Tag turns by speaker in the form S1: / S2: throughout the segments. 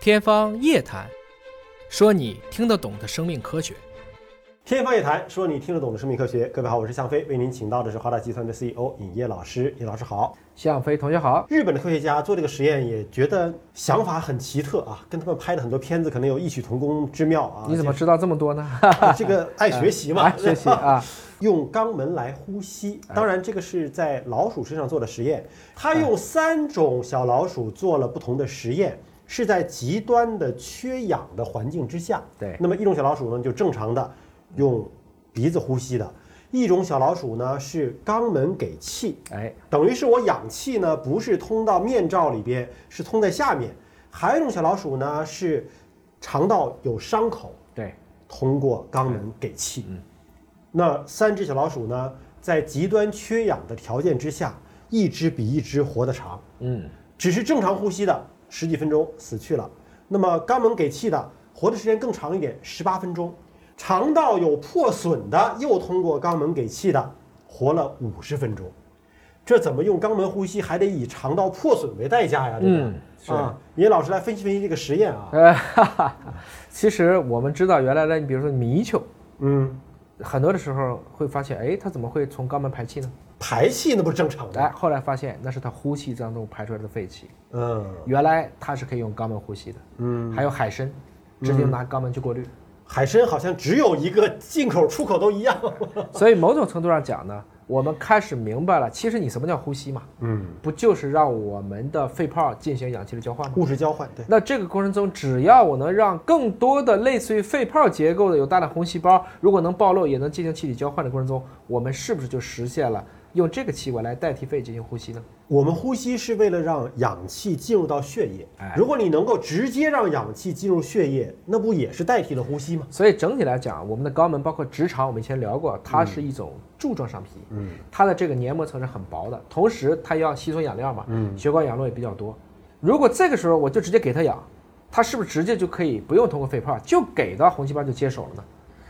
S1: 天方夜谭，说你听得懂的生命科学。
S2: 天方夜谭，说你听得懂的生命科学。各位好，我是向飞，为您请到的是华大集团的 CEO 尹烨老师。尹老师好，
S3: 向飞同学好。
S2: 日本的科学家做这个实验也觉得想法很奇特啊，跟他们拍的很多片子可能有异曲同工之妙啊。
S3: 你怎么知道这么多呢？
S2: 这个爱学习嘛，
S3: 爱学习 哎啊。
S2: 用肛门来呼吸，当然这个是在老鼠身上做的实验。他用三种小老鼠做了不同的实验。是在极端的缺氧的环境之下，
S3: 对
S2: 那么一种小老鼠呢，就正常的用鼻子呼吸的；一种小老鼠呢是肛门给气，
S3: 哎，
S2: 等于是我氧气呢不是通到面罩里边，是通在下面；还有一种小老鼠呢是肠道有伤口，
S3: 对，
S2: 通过肛门给气。那三只小老鼠呢，在极端缺氧的条件之下，一只比一只活得长。
S3: 嗯，
S2: 只是正常呼吸的十几分钟死去了，那么肛门给气的活的时间更长一点，十八分钟。肠道有破损的，又通过肛门给气的，活了五十分钟。这怎么用肛门呼吸，还得以肠道破损为代价呀？这个、
S3: 嗯是
S2: 啊，尹老师来分析分析这个实验啊。
S3: 呃，哈哈， 其实我们知道原来的，你比如说泥鳅，
S2: 嗯，
S3: 很多的时候会发现，哎，它怎么会从肛门排气呢？
S2: 排气那不是正常
S3: 哎，
S2: 的？
S3: 后来发现那是它呼气当中排出来的废气，
S2: 嗯
S3: 原来它是可以用肛门呼吸的。
S2: 嗯，
S3: 还有海参，直接拿肛门去过滤。
S2: 海参好像只有一个进口出口都一样。
S3: 所以某种程度上讲呢，我们开始明白了，其实你什么叫呼吸嘛？
S2: 嗯，
S3: 不就是让我们的肺泡进行氧气的交换吗？
S2: 物质交换对。
S3: 那这个过程中，只要我能让更多的类似于肺泡结构的有大量红细胞，如果能暴露，也能进行气体交换的过程中，我们是不是就实现了用这个器官来代替肺进行呼吸呢？
S2: 我们呼吸是为了让氧气进入到血液
S3: 哎，
S2: 如果你能够直接让氧气进入血液，那不也是代替了呼吸吗？
S3: 所以整体来讲，我们的肛门包括直肠，我们以前聊过，它是一种柱状上皮，
S2: 嗯，
S3: 它的这个黏膜层是很薄的，同时它要吸收养料嘛，嗯，血管养分也比较多。如果这个时候我就直接给它氧，它是不是直接就可以不用通过肺泡就给到红细胞就接手了呢？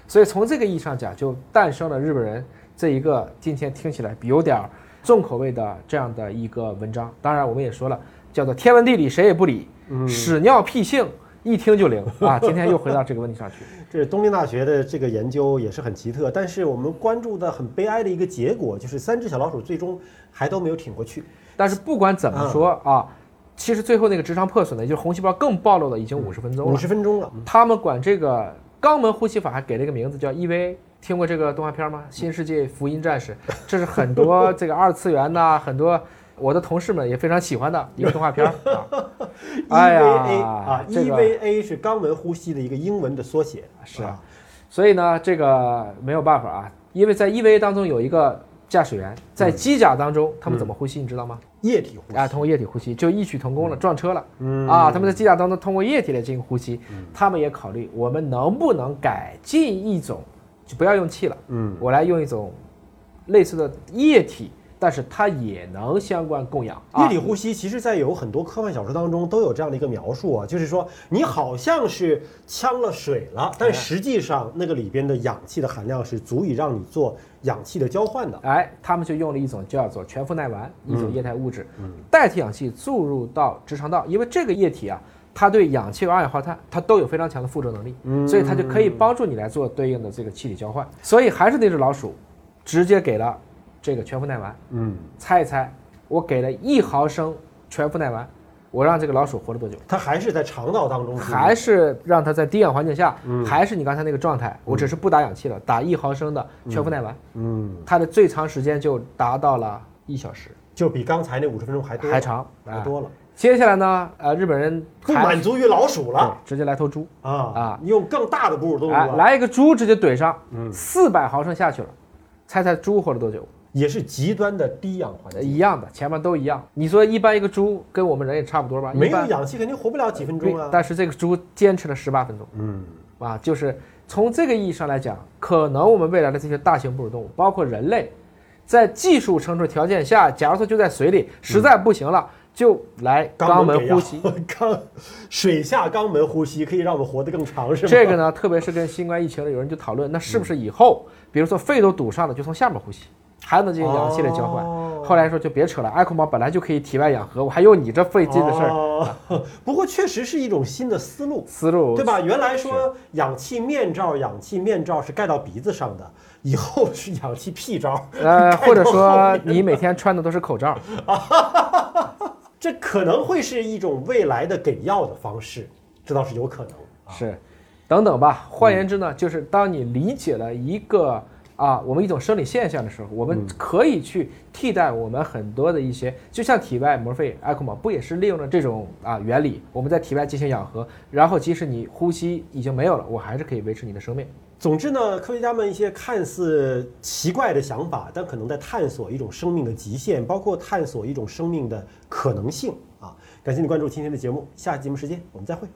S3: 所以从这个意义上讲，就诞生了日本人这一个今天听起来有点儿重口味的这样的一个文章。当然，我们也说了，叫做天文地理谁也不理，屎尿屁性一听就灵啊！今天又回到这个问题上去。
S2: 这是东京大学的这个研究也是很奇特，但是我们关注的很悲哀的一个结果就是三只小老鼠最终还都没有挺过去。
S3: 但是不管怎么说
S2: 嗯
S3: 啊，其实最后那个直肠破损呢，也就是红细胞更暴露了，已经五十分钟
S2: 嗯五
S3: 了。
S2: 十分钟了，
S3: 他们管这个肛门呼吸法还给了一个名字叫 EVA。听过这个动画片吗？《新世界福音战士》，这是很 多这个二次元呐、很多我的同事们也非常喜欢的一个动画 片儿啊。哎
S2: EVA
S3: 呀
S2: 啊
S3: 这个
S2: ，EVA 是肛门呼吸的一个英文的缩写。
S3: 是啊，所以呢，这个没有办法啊，因为在 EVA 当中有一个驾驶员，在
S2: 嗯
S3: 机甲当中他们怎么呼吸，你知道吗？
S2: 液体呼吸
S3: 啊，通过液体呼吸就异曲同
S2: 嗯
S3: 工了，撞车了。啊，他们在机甲当中通过液体来进行呼吸，
S2: 嗯
S3: 他们也考虑我们能不能改进一种，就不要用气了，
S2: 嗯，
S3: 我来用一种类似的液体，但是它也能相关供氧。啊
S2: 液体呼吸，其实，在有很多科幻小说当中都有这样的一个描述啊，就是说你好像是呛了水了，
S3: 哎
S2: 但实际上那个里边的氧气的含量是足以让你做氧气的交换的。
S3: 哎，他们就用了一种叫做全氟奈烷，一
S2: 嗯
S3: 种液态物质，代替氧气注入到直肠道，因为这个液体啊，它对氧气和二氧化碳它都有非常强的附着能力，嗯所以它就可以帮助你来做对应的这个气体交换。所以还是那只老鼠，直接给了这个全氟奈烷，
S2: 嗯，
S3: 猜一猜，我给了一毫升全氟奈烷，我让这个老鼠活了多久？
S2: 它还是在肠道当中，
S3: 还是让它在低氧环境下，
S2: 嗯
S3: 还是你刚才那个状态，我只是不打氧气了，打一毫升的全氟奈烷。
S2: 嗯，
S3: 它的最长时间就达到了一小时，
S2: 就比刚才那五十分钟还多，
S3: 还长。
S2: 还
S3: 啊、
S2: 多了，
S3: 接下来呢，呃，日本人
S2: 不
S3: 还
S2: 满足于老鼠
S3: 对
S2: 了
S3: 直接来头猪，
S2: 啊
S3: 啊
S2: 你用更大的哺乳动物
S3: 哎，
S2: 啊
S3: 来一个猪直接怼上，
S2: 嗯
S3: 四百毫升下去了，猜猜猪活了多久？
S2: 也是极端的低氧环
S3: 呃
S2: 境，
S3: 一样的，前面都一样。你说一般一个猪跟我们人也差不多吧？
S2: 没
S3: 一
S2: 有
S3: 般
S2: 氧气肯定活不了几分钟
S3: 对
S2: 啊。
S3: 但是这个猪坚持了十八分钟。
S2: 嗯，
S3: 啊，就是从这个意义上来讲，可能我们未来的这些大型哺乳动物，包括人类，在技术成熟条件下，假如说就在水里，实在不行了，就来肛门呼 吸。
S2: 给氧，肛水下肛门呼吸可以让我们活得更长，是吗？
S3: 这个呢，特别是跟新冠疫情的，有人就讨论，那是不是以后，比如说肺都堵上了，就从下面呼吸？还能进行氧气的交
S2: 哦
S3: 换。后来说就别扯了，艾克猫本来就可以体外氧合，我还用你这费劲的事儿、
S2: 儿、哦不过确实是一种新的思路，
S3: 思路
S2: 对吧？原来说氧气面罩，氧气面罩是盖到鼻子上的，以后是氧气屁罩，
S3: 呃，
S2: 盖
S3: 或者
S2: 到后
S3: 说
S2: 面
S3: 你每天穿的都是口罩，
S2: 这可能会是一种未来的给药的方式，这倒是有可能。
S3: 是，等等
S2: 嗯
S3: 吧。换言之呢，就是当你理解了一个啊，我们一种生理现象的时候，我
S2: 嗯
S3: 们可以去替代我们很多的一些，就像体外膜肺艾克玛不也是利用了这种啊原理，我们在体外进行氧合，然后即使你呼吸已经没有了，我还是可以维持你的生命。
S2: 总之呢，科学家们一些看似奇怪的想法，但可能在探索一种生命的极限，包括探索一种生命的可能性啊！感谢你关注今天的节目，下期节目时间我们再会。